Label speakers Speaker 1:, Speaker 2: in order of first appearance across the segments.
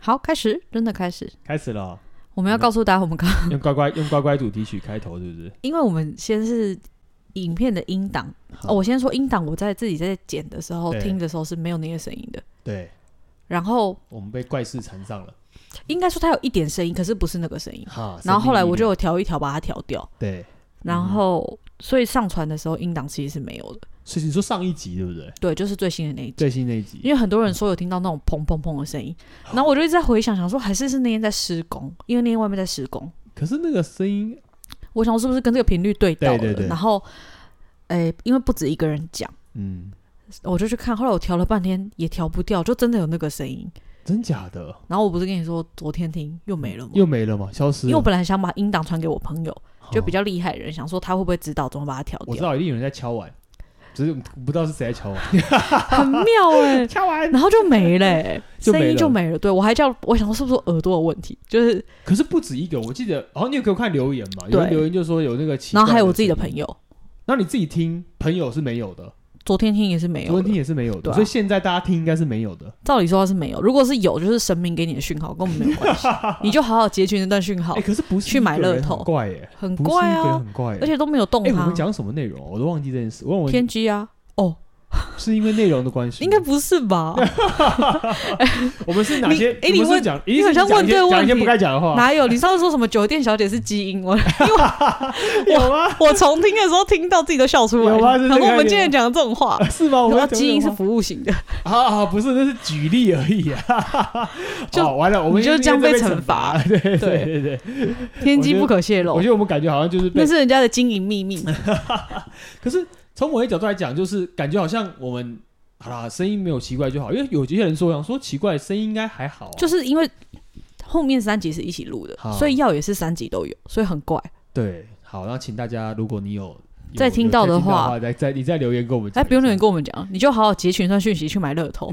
Speaker 1: 好，开始，真的开始。
Speaker 2: 开始了哦、
Speaker 1: 我们要
Speaker 2: 嗯
Speaker 1: 告诉大家，我们刚，
Speaker 2: 用乖乖用乖乖主题曲开头，是不是？
Speaker 1: 因为我们先是影片的音档，哦，我先说音档，我在自己在剪的时候
Speaker 2: 对
Speaker 1: 听的时候是没有那些声音的，
Speaker 2: 对，
Speaker 1: 然后
Speaker 2: 我们被怪事缠上了。
Speaker 1: 应该说它有一点声音，可是不是那个声啊音。
Speaker 2: 哈
Speaker 1: 然后后来我就有调一调，把它调掉，
Speaker 2: 对，
Speaker 1: 然后所以上传的时候音档其实是没有的，
Speaker 2: 所以你说上一集对不对？
Speaker 1: 对，就是最新的那一集。
Speaker 2: 最新那一集，
Speaker 1: 因为很多人说有听到那种砰砰砰的声音，然后我就一直在回想，想说还是是那天在施工，因为那天外面在施工，
Speaker 2: 可是那个声音，
Speaker 1: 我想是不是跟这个频率对到了？
Speaker 2: 对对对
Speaker 1: 然后，诶，因为不止一个人讲，
Speaker 2: 嗯，
Speaker 1: 我就去看，后来我调了半天也调不掉，就真的有那个声音。
Speaker 2: 真假的
Speaker 1: 然后我不是跟你说昨天听又没了吗？
Speaker 2: 又没了嘛，消失
Speaker 1: 因
Speaker 2: 了。
Speaker 1: 为我本来想把音档传给我朋友，就比
Speaker 2: 较，
Speaker 1: 较厉害的人，想说他会不会知道怎么把它调
Speaker 2: 我知
Speaker 1: 掉，
Speaker 2: 道一定有人在敲碗，只是我不知道是谁在敲碗。
Speaker 1: 很妙哎、
Speaker 2: 敲碗，
Speaker 1: 然后就没了欸、
Speaker 2: 就没
Speaker 1: 声音就
Speaker 2: 了
Speaker 1: 没了。对我还叫我想说是不是我耳朵有问题，就是
Speaker 2: 可是不止一个，我记得，哦，你有给我看留言嘛？有人
Speaker 1: 对
Speaker 2: 留言就说有那个奇，
Speaker 1: 然后还有我自己的朋，友，
Speaker 2: 那你自己听，朋友是没有的，
Speaker 1: 昨天听也是没有
Speaker 2: 昨
Speaker 1: 的
Speaker 2: 天听也是没有
Speaker 1: 对
Speaker 2: 的，
Speaker 1: 啊
Speaker 2: 所以现在大家听应该是没有的。
Speaker 1: 照理说它是没有，如果是有，就是神明给你的讯号，跟我们没有关 系，你就好好截取那段讯号
Speaker 2: 哎，，可是不是
Speaker 1: 去
Speaker 2: 一
Speaker 1: 买
Speaker 2: 个
Speaker 1: 乐
Speaker 2: 人很
Speaker 1: 透
Speaker 2: 怪耶，
Speaker 1: 很
Speaker 2: 不是一
Speaker 1: 怪
Speaker 2: 个人
Speaker 1: 啊，
Speaker 2: 很怪耶，
Speaker 1: 而且都没有动
Speaker 2: 哎、我
Speaker 1: 它
Speaker 2: 们，讲什么内容？我都忘记这件事。我我
Speaker 1: 天机啊，哦，
Speaker 2: 是因为内容的关系吗，
Speaker 1: 应该不是吧？
Speaker 2: 啊我们是哪些？
Speaker 1: 你哎你
Speaker 2: 我们
Speaker 1: 问
Speaker 2: 是讲，一定
Speaker 1: 你好
Speaker 2: 是
Speaker 1: 像
Speaker 2: 讲
Speaker 1: 问
Speaker 2: 一些
Speaker 1: 对
Speaker 2: 讲一些
Speaker 1: 问题
Speaker 2: 不该讲的话，
Speaker 1: 哪有？你上次说什么酒店小姐是基因？ 我
Speaker 2: 有啊吗？
Speaker 1: 我重听的时候听到自己都笑出来
Speaker 2: 有吗
Speaker 1: 了，
Speaker 2: 是这
Speaker 1: 然后
Speaker 2: 个
Speaker 1: 我们
Speaker 2: 概念。
Speaker 1: 今天讲这种话
Speaker 2: 是吗？我
Speaker 1: 然后
Speaker 2: 们
Speaker 1: 基因是服务型的，
Speaker 2: 啊啊，不是，那是举例而已啊。
Speaker 1: 就
Speaker 2: 好完了，我们
Speaker 1: 你就
Speaker 2: 今天
Speaker 1: 这样被
Speaker 2: 被
Speaker 1: 惩罚
Speaker 2: 罚。 对对
Speaker 1: 对
Speaker 2: 对对，
Speaker 1: 天机不可泄
Speaker 2: 我
Speaker 1: 露
Speaker 2: 觉，得我们感觉好像就是
Speaker 1: 那
Speaker 2: 被，
Speaker 1: 是人家的经营秘 密。
Speaker 2: 可是从某些角度来讲，就是感觉好像我们好啦，声音没有奇怪就好，因为有些人说，想说奇怪，声音应该还好啊、
Speaker 1: 就是因为后面三集是一起录的
Speaker 2: 好，
Speaker 1: 所以药也是三集都有，所以很怪。
Speaker 2: 对。好，那请大家，如果你有。有
Speaker 1: 再听到的
Speaker 2: 有再听
Speaker 1: 话
Speaker 2: 话，再再你再留言跟我们讲
Speaker 1: 哎，
Speaker 2: 一下。
Speaker 1: 不用有人跟我们讲，你就好好截取那段讯息去买乐 透，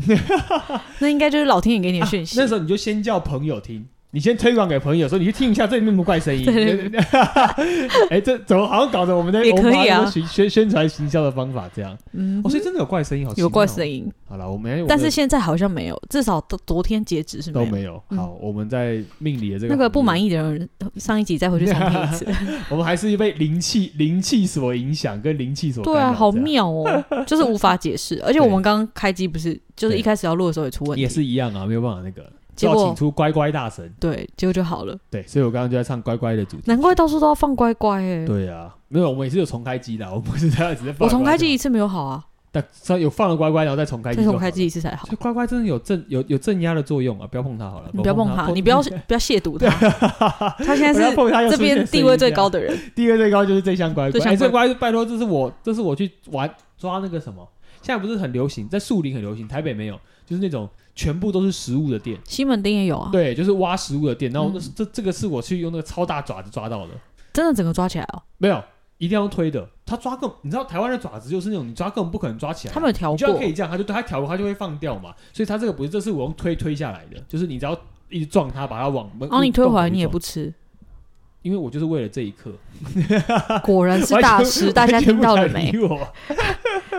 Speaker 1: 那应该就是老天爷给你的讯息。
Speaker 2: 啊那时候你就先叫朋友听，你先推广给朋友说，你去听一下这里面有没有怪声 音。
Speaker 1: 对
Speaker 2: 哎，这怎么好像搞得我们在
Speaker 1: 也可以啊
Speaker 2: 我们好像宣宣宣传行销的方法这样？
Speaker 1: 嗯
Speaker 2: 哦，，所以真的有怪声音，好奇妙
Speaker 1: 有
Speaker 2: 哦
Speaker 1: 怪声。音，
Speaker 2: 好了，我们
Speaker 1: 但是现在好像没有，至少都昨天截止是
Speaker 2: 都
Speaker 1: 有。
Speaker 2: 没有。
Speaker 1: 嗯
Speaker 2: 好，我们在命理的这个
Speaker 1: 那个不满
Speaker 2: 意，
Speaker 1: 意的人，上一集再回去重 听一次。
Speaker 2: 我们还是被灵气灵气所影响，跟灵气所干
Speaker 1: 对啊，
Speaker 2: 扰
Speaker 1: 好
Speaker 2: 这样
Speaker 1: 妙哦，就是无法解 释。而且我们刚刚开机不是，就是一开始要录的时候也出问
Speaker 2: 也
Speaker 1: 题，
Speaker 2: 是一样啊，没有办法那个，
Speaker 1: 结
Speaker 2: 就
Speaker 1: 果
Speaker 2: 要请出乖乖大神。
Speaker 1: 对，结果就好了。
Speaker 2: 对，所以我刚刚就在唱乖乖的主题。
Speaker 1: 难怪到处都要放乖乖哎，
Speaker 2: 对啊，没有，我们也是有重开机的啊，我们不是这样子在放
Speaker 1: 我重
Speaker 2: 乖
Speaker 1: 开
Speaker 2: 乖
Speaker 1: 机一次没有好啊，
Speaker 2: 但上有放了乖乖，然后再重开机，
Speaker 1: 再重开机。一次才好
Speaker 2: 所以。乖乖真的有镇有有镇压的作用啊！不要碰它好了，
Speaker 1: 你不要碰他，你不要不要亵渎他， 他现在
Speaker 2: 不要
Speaker 1: 是
Speaker 2: 碰它，又
Speaker 1: 这
Speaker 2: 出现
Speaker 1: 边地
Speaker 2: 声
Speaker 1: 位
Speaker 2: 音
Speaker 1: 最
Speaker 2: 这样
Speaker 1: 高，的人。
Speaker 2: 地位最高就是这箱乖
Speaker 1: 这
Speaker 2: 乖。
Speaker 1: 箱
Speaker 2: 哎，这
Speaker 1: 乖
Speaker 2: 乖拜托，这是我这是我去玩抓那个什么，现在不是很流行，在树林很流行，台北没有，就是那种全部都是食物的店，
Speaker 1: 西门町也有啊，
Speaker 2: 对，就是挖食物的店。然后
Speaker 1: 哦嗯
Speaker 2: 这这个是我去用那个超大爪子抓到的，
Speaker 1: 真的整个抓起来哦，
Speaker 2: 没有，一定要用推的。他抓更，你知道台湾的爪子就是那种你抓根本不可能抓起来
Speaker 1: 他
Speaker 2: 的，
Speaker 1: 们有调
Speaker 2: 你就
Speaker 1: 过
Speaker 2: 可，以这样，他就对他调，他就会放掉嘛。所以他这个不是，这是我用推推下来的，就是你只要一直撞它，把它往门。
Speaker 1: 啊然后你推回来
Speaker 2: 洞口去
Speaker 1: 你也不
Speaker 2: 撞，
Speaker 1: 吃，
Speaker 2: 因为我就是为了这一刻。
Speaker 1: 果然是
Speaker 2: 完全
Speaker 1: 大师，大家
Speaker 2: 完全
Speaker 1: 听
Speaker 2: 不
Speaker 1: 到了
Speaker 2: 想
Speaker 1: 没
Speaker 2: 理？我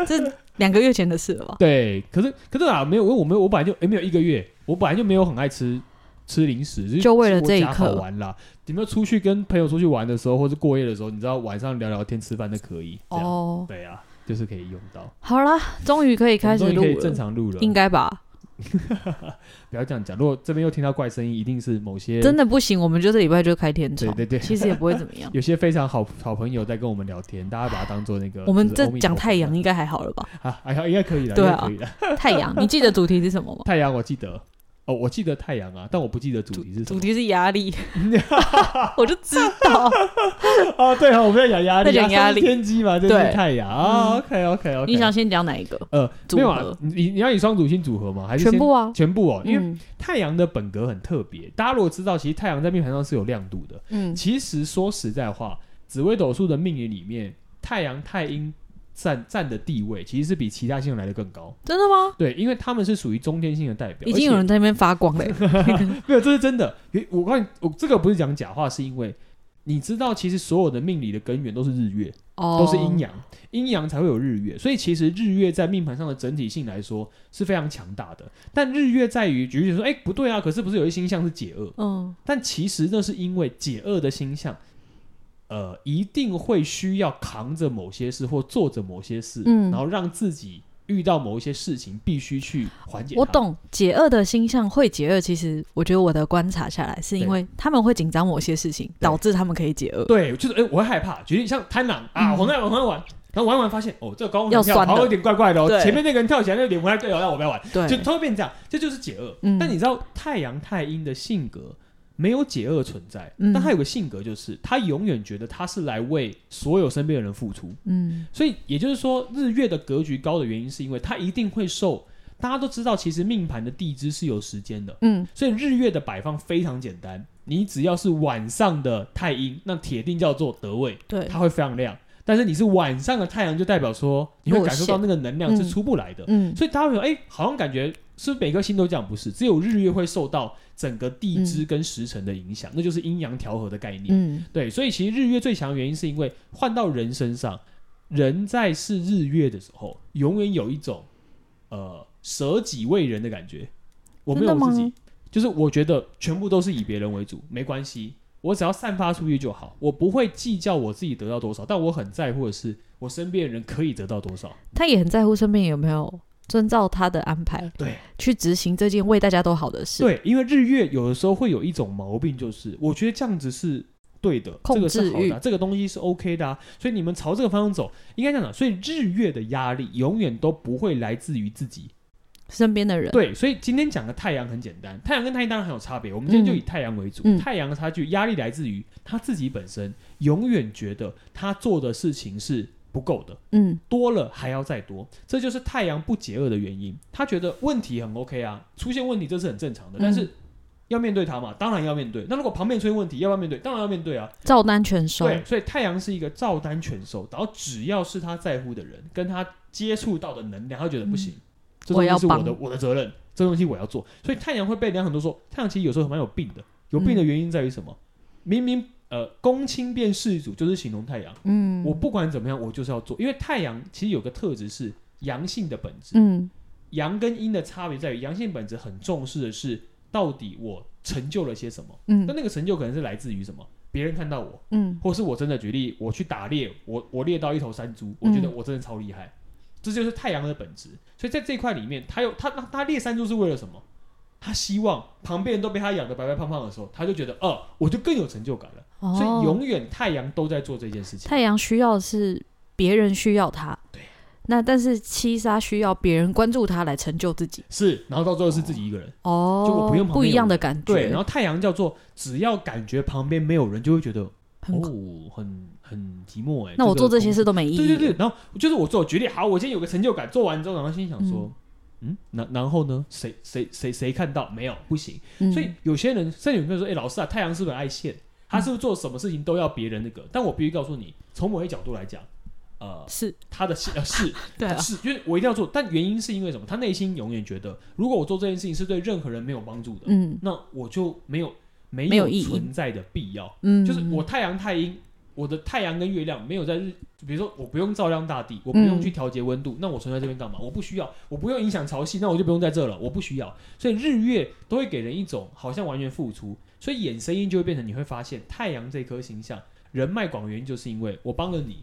Speaker 1: 这两个月前的事了吧？
Speaker 2: 对，可是可是啊，没有，我我没有，我本来就诶没有一个月，我本来就没有很爱吃吃零食，是
Speaker 1: 就为了
Speaker 2: 是我
Speaker 1: 这一
Speaker 2: 家好
Speaker 1: 刻
Speaker 2: 玩啦。你们出去跟朋友出去玩的时候，或是过夜的时候，你知道晚上聊聊天、吃饭都可以。这样，
Speaker 1: 哦，
Speaker 2: 对啊，就是可以用到。
Speaker 1: 好啦，终于可以开
Speaker 2: 我
Speaker 1: 始
Speaker 2: 们终于
Speaker 1: 录
Speaker 2: 可以正
Speaker 1: 了，
Speaker 2: 常录了，
Speaker 1: 应该吧？
Speaker 2: 不要这样讲。如果这边又听到怪声音，一定是某些
Speaker 1: 真的不行，我们就这礼拜就开天
Speaker 2: 对
Speaker 1: 窗，
Speaker 2: 对对，。
Speaker 1: 其实也不会怎么样
Speaker 2: 有些非常好好朋友在跟我们聊天，大家把它当做那个。
Speaker 1: 我们
Speaker 2: 就是
Speaker 1: 这
Speaker 2: 欧米啊
Speaker 1: 讲
Speaker 2: 陀佛
Speaker 1: 太阳应该还好了吧？
Speaker 2: 啊，哎呀，应该可以的，
Speaker 1: 对啊
Speaker 2: 应该可以的。
Speaker 1: 太阳，你记得主题是什么 吗？
Speaker 2: 太阳我记得，哦，我记得太阳啊，但我不记得主题是什
Speaker 1: 主
Speaker 2: 么。
Speaker 1: 题是压力， 我就知 道。
Speaker 2: 哦，对哦，我们在讲压力
Speaker 1: 在
Speaker 2: 啊，
Speaker 1: 讲压力
Speaker 2: 上天机嘛，这
Speaker 1: 对
Speaker 2: 是太阳啊。
Speaker 1: 嗯
Speaker 2: OK OK OK，
Speaker 1: 你想先讲哪一个？
Speaker 2: 呃，没有啊
Speaker 1: 组合，
Speaker 2: 你你你要以双主星组合吗？还是
Speaker 1: 全
Speaker 2: 先
Speaker 1: 部啊，
Speaker 2: 全部哦？因为
Speaker 1: 嗯
Speaker 2: 太阳的本格很特别，大家如果知道，其实太阳在命盘上是有亮度的。
Speaker 1: 嗯，
Speaker 2: 其实说实在话，紫微斗数的命理里面，太阳太阴占占的地位其实是比其他星人来的更高。
Speaker 1: 真的吗？
Speaker 2: 对，因为他们是属于中天性的代表，
Speaker 1: 已经有人在那边发光了欸，
Speaker 2: 而且没有，这是真的。诶我告诉你，我这个不是讲假话，是因为你知道，其实所有的命理的根源都是日月，
Speaker 1: 哦，
Speaker 2: 都是阴阳，阴阳才会有日月。所以其实日月在命盘上的整体性来说是非常强大的。但日月在于，举例说，哎、不对啊，可是不是有一星象是解厄？
Speaker 1: 嗯，
Speaker 2: 但其实那是因为解厄的星象，呃，一定会需要扛着某些事或做着某些事，
Speaker 1: 嗯
Speaker 2: 然后让自己遇到某一些事情必须去缓解。
Speaker 1: 我，懂解厄的星象会解厄，其实我觉得我的观察下来，是因
Speaker 2: 对
Speaker 1: 为他们会紧张某些事情，导致他们可以解厄。
Speaker 2: 对，就是哎、我会害怕。举例像贪狼啊，
Speaker 1: 嗯
Speaker 2: 我很爱玩，很爱玩。然后玩一玩发现，哦，这个高空
Speaker 1: 要
Speaker 2: 弹跳
Speaker 1: 酸
Speaker 2: 好
Speaker 1: 的
Speaker 2: 像有点怪怪的哦。
Speaker 1: 对
Speaker 2: 前面那个人跳起来，那个脸不太对哦，那我不要玩。
Speaker 1: 对，
Speaker 2: 就它会变这样，这就是解厄。
Speaker 1: 嗯
Speaker 2: 但你知道太阳太阴的性格没有解厄存在，
Speaker 1: 嗯
Speaker 2: 但他有个性格就是他永远觉得他是来为所有身边的人付出，
Speaker 1: 嗯
Speaker 2: 所以也就是说日月的格局高的原因是因为他一定会受。大家都知道，其实命盘的地支是有时间的，
Speaker 1: 嗯
Speaker 2: 所以日月的摆放非常简单。你只要是晚上的太阴，那铁定叫做得位，
Speaker 1: 对，
Speaker 2: 它会非常亮。但是你是晚上的太阳，就代表说你会
Speaker 1: 落
Speaker 2: 感受
Speaker 1: 陷
Speaker 2: 到那个能量是
Speaker 1: 嗯
Speaker 2: 出不来的。
Speaker 1: 嗯
Speaker 2: 所以大家会说，哎、好像感觉是不是每颗星都这样？不是，只有日月会受到整个地支跟时辰的影响，那就是阴阳调和的概念。
Speaker 1: 嗯
Speaker 2: 对，所以其实日月最强的原因是因为换到人身上，人在是日月的时候，永远有一种呃舍己为人的感觉。我没有
Speaker 1: 真的
Speaker 2: 我自己
Speaker 1: 吗，
Speaker 2: 就是我觉得全部都是以别人为主，没关系，我只要散发出去就好，我不会计较我自己得到多少，但我很在乎的是我身边的人可以得到多少。
Speaker 1: 他也很在乎身边有没有遵照他的安排
Speaker 2: 对，
Speaker 1: 去执行这件为大家都好的事。
Speaker 2: 对，因为日月有的时候会有一种毛病，就是我觉得这样子是对的，这
Speaker 1: 控
Speaker 2: 个是
Speaker 1: 制
Speaker 2: 好的啊、
Speaker 1: 欲
Speaker 2: 这个东西是 OK 的啊，所以你们朝这个方向走，应该这样讲。所以日月的压力永远都不会来自于自己。
Speaker 1: 身边的人，
Speaker 2: 对，所以今天讲的太阳很简单，太阳跟太阴当然很有差别，我们今天就以太阳为主。
Speaker 1: 嗯
Speaker 2: 太阳的差距压力来自于他自己本身，永远觉得他做的事情是不够的。
Speaker 1: 嗯
Speaker 2: 多了还要再多，这就是太阳不解厄的原因。他觉得问题很 OK 啊，出现问题这是很正常的，
Speaker 1: 嗯
Speaker 2: 但是要面对它嘛，当然要面对。那如果旁边出现问题，要不要面对？当然要面对啊。
Speaker 1: 照单全收。
Speaker 2: 对，所以太阳是一个照单全收，然后只要是他在乎的人，跟他接触到的能量，他觉得不行，这
Speaker 1: 嗯
Speaker 2: 东
Speaker 1: 我
Speaker 2: 西
Speaker 1: 要
Speaker 2: 是我的
Speaker 1: 帮
Speaker 2: 我的责任，这东西我要做。所以太阳会被人家很多说，太阳其实有时候蛮有病的，有
Speaker 1: 嗯
Speaker 2: 病的原因在于什么？明明呃，公卿变世主就是形容太阳。
Speaker 1: 嗯，
Speaker 2: 我不管怎么样，我就是要做，因为太阳其实有个特质是阳性的本质，
Speaker 1: 嗯
Speaker 2: 阳跟阴的差别在于，阳性本质很重视的是到底我成就了些什么，那
Speaker 1: 嗯
Speaker 2: 那个成就可能是来自于什么，别人看到我，
Speaker 1: 嗯
Speaker 2: 或是我真的举例，我去打猎，我我猎到一头山猪，
Speaker 1: 嗯
Speaker 2: 我觉得我真的超厉害，这就是太阳的本质。所以在这一块里面，他有他他他猎山猪是为了什么？他希望旁边人都被他养得白白胖胖的时候，他就觉得，哦、我就更有成就感了。
Speaker 1: 哦，
Speaker 2: 所以永远太阳都在做这件事情。
Speaker 1: 太阳需要的是别人需要他，
Speaker 2: 对。
Speaker 1: 那但是七杀需要别人关注他来成就自己。
Speaker 2: 是，然后到最后是自己一个人。
Speaker 1: 哦，
Speaker 2: 就我不用旁边有人
Speaker 1: 一样的感觉，
Speaker 2: 对，然后太阳叫做只要感觉旁边没有人，就会觉得
Speaker 1: 很苦、
Speaker 2: 哦，很很寂寞哎、
Speaker 1: 那我
Speaker 2: 这
Speaker 1: 做
Speaker 2: 个
Speaker 1: 这些
Speaker 2: 空
Speaker 1: 事都没意义。
Speaker 2: 对对对，然后就是我做举例，好，我今天有个成就感，做完之后，然后心想说，嗯，然、然后呢，谁谁谁谁看到没有？不行，
Speaker 1: 嗯
Speaker 2: 所以有些人甚至有人说，哎、老师啊，太阳是不是很爱现？他是不是做什么事情都要别人那个？但我必须告诉你，从某些角度来讲，呃，
Speaker 1: 是，
Speaker 2: 他的现呃 是
Speaker 1: 对啊，
Speaker 2: 是，就是我一定要做，但原因是因为什么？他内心永远觉得，如果我做这件事情是对任何人没有帮助的，
Speaker 1: 嗯
Speaker 2: 那我就没有没
Speaker 1: 没有
Speaker 2: 有
Speaker 1: 意义
Speaker 2: 存在的必要。
Speaker 1: 嗯，
Speaker 2: 就是我太阳太阴，我的太阳跟月亮没有在日，比如说我不用照亮大地，我不用去调节温度，那我存在这边干嘛？我不需要，我不用影响潮汐，那我就不用在这了，我不需要。所以日月都会给人一种好像完全付出，所以衍生音就会变成你会发现太阳这颗形象人脉广的原因，就是因为我帮了你。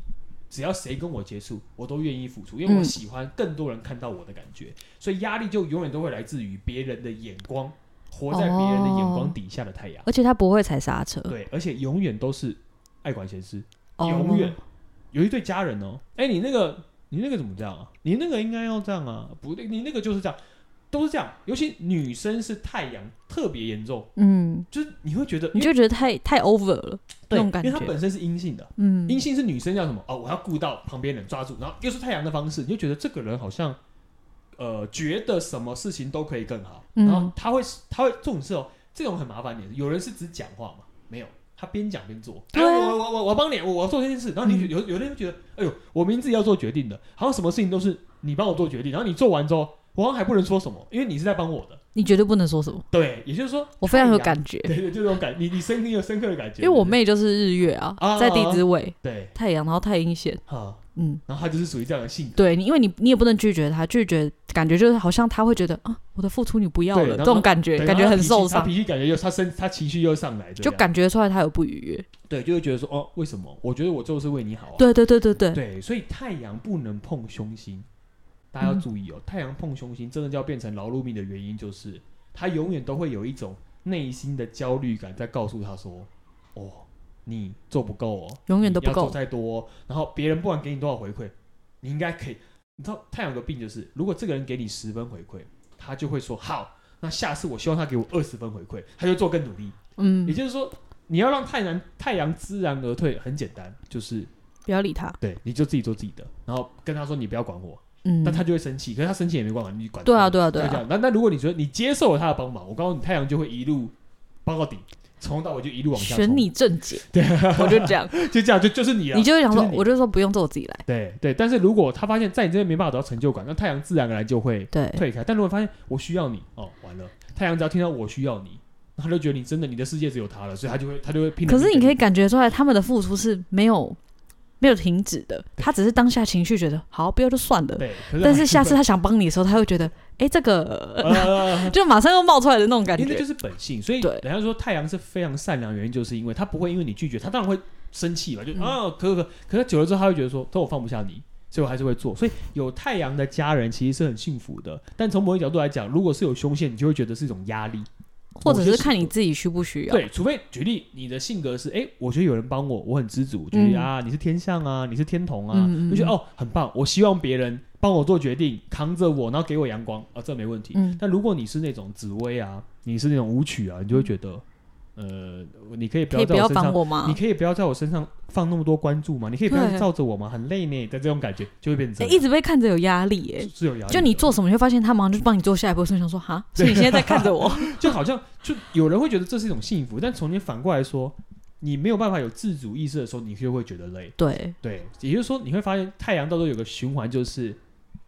Speaker 2: 只要谁跟我接触，我都愿意付出，因为我
Speaker 1: 嗯
Speaker 2: 喜欢更多人看到我的感觉，所以压力就永远都会来自于别人的眼光，活在别人的眼光
Speaker 1: 哦
Speaker 2: 底下的太阳。
Speaker 1: 而且他不会踩刹车，
Speaker 2: 对，而且永远都是爱管闲事，
Speaker 1: 嗯哦
Speaker 2: 永远有一对家人哦。哎、你那个你那个怎么这样啊？你那个应该要这样啊，不对，你那个就是这样，都是这样。尤其女生是太阳特别严重，
Speaker 1: 嗯，
Speaker 2: 就是你会觉得，
Speaker 1: 你
Speaker 2: 因
Speaker 1: 就
Speaker 2: 为
Speaker 1: 觉得太太 over 了，那
Speaker 2: 对
Speaker 1: 种感
Speaker 2: 因为她
Speaker 1: 觉，
Speaker 2: 本身是阴性的，
Speaker 1: 嗯
Speaker 2: 阴性是女生叫什么？哦，我要顾到旁边人，抓住，然后又是太阳的方式，你就觉得这个人好像。呃，觉得什么事情都可以更好，
Speaker 1: 嗯
Speaker 2: 然后他会，他会这种事哦，这种很麻烦点。有人是只讲话嘛？没有，他边讲边做。
Speaker 1: 对啊
Speaker 2: 哎我我我我帮你，我我要做这件事。然后你
Speaker 1: 嗯
Speaker 2: 有有的人会觉得，哎呦，我明明自己要做决定的，好像什么事情都是你帮我做决定，然后你做完之后，我好像还不能说什么，因为你是在帮我的。
Speaker 1: 你绝对不能说什么，
Speaker 2: 对，也就是说，
Speaker 1: 我非常有
Speaker 2: 太阳，
Speaker 1: 感觉，
Speaker 2: 对对，就这种感，你你深刻有深刻的感觉，
Speaker 1: 因为我
Speaker 2: 对
Speaker 1: 妹就是日月啊
Speaker 2: 啊，
Speaker 1: 在地之位，
Speaker 2: 不对对，
Speaker 1: 太阳，然后太阴险，
Speaker 2: 好，
Speaker 1: 嗯，
Speaker 2: 然后他就是属于这样的性格，
Speaker 1: 对，你因为你你也不能拒绝她，拒绝感觉就是好像她会觉得啊，我的付出你不要
Speaker 2: 对
Speaker 1: 了，
Speaker 2: 然后
Speaker 1: 这种感觉，
Speaker 2: 对
Speaker 1: 感觉
Speaker 2: 然后他
Speaker 1: 很
Speaker 2: 脾气
Speaker 1: 受
Speaker 2: 他
Speaker 1: 伤，
Speaker 2: 脾气感觉又他生他情绪又上来，这
Speaker 1: 就
Speaker 2: 样
Speaker 1: 感觉出来她有不愉悦，
Speaker 2: 对，就会觉得说哦，为什么？我觉得我就是为你好啊，
Speaker 1: 对对对对对，
Speaker 2: 对，所以太阳不能碰凶星，大家要注
Speaker 1: 嗯
Speaker 2: 意哦。太阳碰凶星，真的就要变成劳碌命的原因，就是他永远都会有一种内心的焦虑感在告诉他说：“哦，你做不够哦，
Speaker 1: 永远
Speaker 2: 你
Speaker 1: 都不
Speaker 2: 要做
Speaker 1: 够，
Speaker 2: 再多、哦。”然后别人不管给你多少回馈，你应该可以。你知道太阳有个病就是，如果这个人给你十分回馈，他就会说好，那下次我希望他给我二十分回馈，他就做更努力。也
Speaker 1: 嗯，
Speaker 2: 就是说，你要让太阳太阳知难而退，很简单，就是
Speaker 1: 不要理她，
Speaker 2: 对，你就自己做自己的，然后跟他说你不要管我，
Speaker 1: 嗯，
Speaker 2: 但他就会生气，可是他生气也没办法，你管他
Speaker 1: 对啊对啊
Speaker 2: 就
Speaker 1: 对
Speaker 2: 这
Speaker 1: 啊，
Speaker 2: 样。那那如果你觉得你接受了他的帮忙，我告诉你，太阳就会一路帮到底，从头到尾就一路往下
Speaker 1: 选
Speaker 2: 冲， 啊
Speaker 1: 你正解，我就讲，
Speaker 2: 就这样，就就是你了
Speaker 1: 你。就会想
Speaker 2: 就
Speaker 1: 说，
Speaker 2: 是你
Speaker 1: 我就说不用做，我自己来，
Speaker 2: 对对，但是如果他发现在你这边没办法得到成就感，那太阳自然而然就会
Speaker 1: 对，
Speaker 2: 退开。但如果发现我需要你，哦，完了，太阳只要听到我需要你，那他就觉得你真的你的世界只有他了，所以他就会他就会拼了
Speaker 1: 可
Speaker 2: 命
Speaker 1: 是
Speaker 2: 跟。
Speaker 1: 你可以感觉出来，他们的付出是没有没有停止的，他只是当下情绪觉得好，不要就算了。
Speaker 2: 对，可是
Speaker 1: 但
Speaker 2: 还
Speaker 1: 是下次
Speaker 2: 会
Speaker 1: 他想帮你的时候，他会觉得，哎、这个、
Speaker 2: 呃
Speaker 1: 就马上又冒出来的那种感
Speaker 2: 因为那
Speaker 1: 觉
Speaker 2: 就。是本性，所以
Speaker 1: 对
Speaker 2: 人家说太阳是非常善良，原因就是因为他不会因为你拒绝，他当然会生气嘛，就、
Speaker 1: 嗯
Speaker 2: 啊可可可，可是久了之后他会觉得说，但我放不下你，所以我还是会做。所以有太阳的家人其实是很幸福的，但从某一角度来讲，如果是有凶线，你就会觉得是一种压力，
Speaker 1: 或者
Speaker 2: 某些
Speaker 1: 是
Speaker 2: 时
Speaker 1: 看你
Speaker 2: 刻。
Speaker 1: 自己需不需要。
Speaker 2: 对，除非举例，你的性格是，哎、我觉得有人帮我，我很知足，觉得、
Speaker 1: 嗯
Speaker 2: 啊，你是天象啊，你是天同啊，
Speaker 1: 嗯嗯
Speaker 2: 就觉
Speaker 1: 嗯
Speaker 2: 得哦，很棒，我希望别人帮我做决定，扛着我，然后给我阳光啊，这没问题。
Speaker 1: 嗯，
Speaker 2: 但如果你是那种紫薇啊，你是那种舞曲啊，你就会觉得，呃，你可以不
Speaker 1: 可
Speaker 2: 要
Speaker 1: 以不
Speaker 2: 在我
Speaker 1: 要
Speaker 2: 身上，
Speaker 1: 帮我吗
Speaker 2: 你？可以不要在我身上放那么多关注嘛，你可以不要一直
Speaker 1: 对
Speaker 2: 罩着我嘛，很累呢的这种感觉就会变
Speaker 1: 诶
Speaker 2: 成
Speaker 1: 一直被看着有压力耶、
Speaker 2: 是是有压力的。
Speaker 1: 就你做什么，你会发现他马上就帮你做下一步，所以想说哈，所以你现在在看着 我，
Speaker 2: 就好像就有人会觉得这是一种幸福，但从你反过来说，你没有办法有自主意识的时候，你就会觉得累。
Speaker 1: 对，
Speaker 2: 对，也就是说你会发现太阳到时候有个循环，就是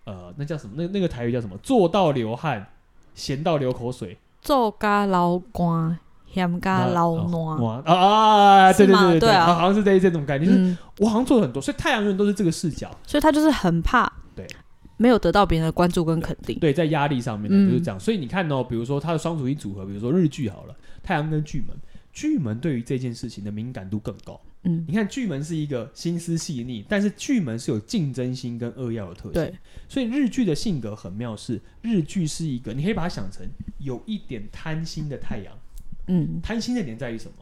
Speaker 2: 呃，那叫什么？那那个台语叫什么？做到流汗，闲到流口水。
Speaker 1: 做加老官，嫌加老暖，
Speaker 2: 暖啊啊！
Speaker 1: 是
Speaker 2: 对对
Speaker 1: 吗
Speaker 2: 对
Speaker 1: 对啊
Speaker 2: 好好像是这这种概念，就是
Speaker 1: 嗯，
Speaker 2: 我好像做了很多，所以太阳人都是这个视角，
Speaker 1: 所以他就是很怕，
Speaker 2: 对，
Speaker 1: 没有得到别人的关注跟肯定，
Speaker 2: 对，在压力上面呢
Speaker 1: 嗯
Speaker 2: 就是这样。所以你看哦，比如说他的双主义组合，比如说日剧好了，太阳跟巨门，巨门对于这件事情的敏感度更高。
Speaker 1: 嗯，
Speaker 2: 你看巨门是一个心思细腻，但是巨门是有竞争心跟扼要的特性
Speaker 1: 对，
Speaker 2: 所以日剧的性格很妙是，日剧是一个你可以把它想成有一点贪心的太阳。
Speaker 1: 嗯，
Speaker 2: 贪心的点在于什么？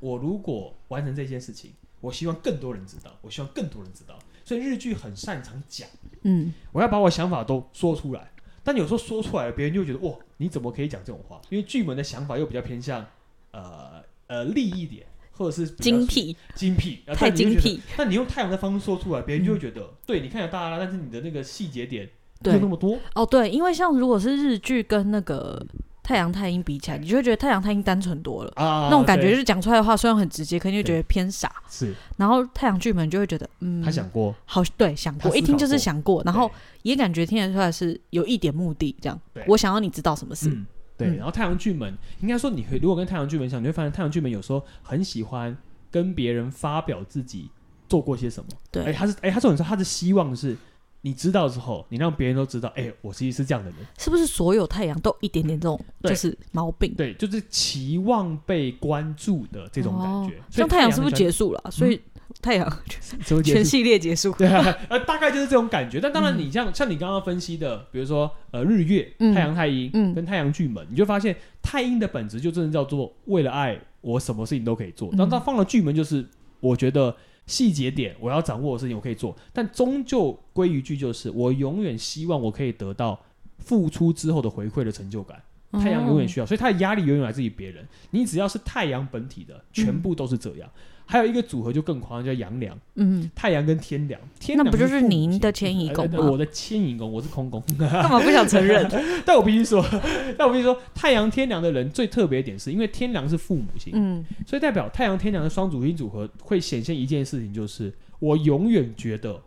Speaker 2: 我如果完成这件事情，我希望更多人知道，我希望更多人知道。所以日剧很擅长讲，
Speaker 1: 嗯，
Speaker 2: 我要把我想法都说出来。但有时候说出来了，别人就会觉得哇，你怎么可以讲这种话？因为剧本的想法又比较偏向呃呃利益点，或者是比较
Speaker 1: 精辟，
Speaker 2: 精辟，啊
Speaker 1: 太精。
Speaker 2: 但你就觉得
Speaker 1: 辟，
Speaker 2: 但你用太阳的方式说出来，
Speaker 1: 嗯
Speaker 2: 别人就会觉得、对你看有大啦，但是你的那个细节点没有
Speaker 1: 对
Speaker 2: 那么多。
Speaker 1: 哦，对，因为像如果是日剧跟那个太阳太阴比起来，你就会觉得太阳太阴单纯多了。
Speaker 2: 啊，
Speaker 1: 那种感觉就
Speaker 2: 对
Speaker 1: 是讲出来的话虽然很直接，可你就觉得偏傻。
Speaker 2: 是
Speaker 1: 然后太阳巨门就会觉得，嗯，
Speaker 2: 他想过，
Speaker 1: 好，对，想
Speaker 2: 他
Speaker 1: 过，一
Speaker 2: 思
Speaker 1: 听
Speaker 2: 考
Speaker 1: 就是
Speaker 2: 过
Speaker 1: 想过，然后
Speaker 2: 对
Speaker 1: 也感觉听得出来是有一点目的，这样
Speaker 2: 对。
Speaker 1: 我想要你知道什么事，
Speaker 2: 嗯，对。
Speaker 1: 嗯
Speaker 2: 然后太阳巨门，应该说你会如果跟太阳巨门相，你会发现太阳巨门有时候很喜欢跟别人发表自己做过些什么。
Speaker 1: 对
Speaker 2: 哎，他是哎，他这种时候他的希望是你知道之后，你让别人都知道，哎，我其实是这样的人。
Speaker 1: 是不是所有太阳都有一点点这种
Speaker 2: 对
Speaker 1: 就是毛病？
Speaker 2: 对，就是期望被关注的这种感觉
Speaker 1: 哦。
Speaker 2: 所以
Speaker 1: 像太阳是
Speaker 2: 很
Speaker 1: 不是
Speaker 2: 喜
Speaker 1: 结束了啊？所以太阳
Speaker 2: 欢什么结
Speaker 1: 全
Speaker 2: 束？
Speaker 1: 系列结束。
Speaker 2: 对啊， 呃，大概就是这种感觉。但当然，你像像你刚刚分析的，比如说呃，日月、
Speaker 1: 嗯
Speaker 2: 太阳、太阴
Speaker 1: 嗯
Speaker 2: 跟太阳巨门，你就发现太阴的本质就真的叫做为了爱，我什么事情都可以做。
Speaker 1: 嗯
Speaker 2: 然后它放了巨门，就是我觉得细节点我要掌握的事情我可以做，但终究归于句就是我永远希望我可以得到付出之后的回馈的成就感。
Speaker 1: 哦
Speaker 2: 太阳永远需要，所以它的压力永远来自于别人。你只要是太阳本体的，全部都是这样。还有一个组合就更夸张，叫阳梁。
Speaker 1: 嗯，
Speaker 2: 太阳跟天梁，天
Speaker 1: 那
Speaker 2: 梁
Speaker 1: 不就是
Speaker 2: 父母
Speaker 1: 您
Speaker 2: 亲
Speaker 1: 的迁移宫
Speaker 2: 呃
Speaker 1: 吗
Speaker 2: 我的迁移宫，我是空宫。
Speaker 1: 干嘛不想承 认？
Speaker 2: 但我必须说，但我必须说，太阳天梁的人最特别一点是，因为天梁是父母星，
Speaker 1: 嗯，
Speaker 2: 所以代表太阳天梁的双主星组合会显现一件事情，就是我永远觉得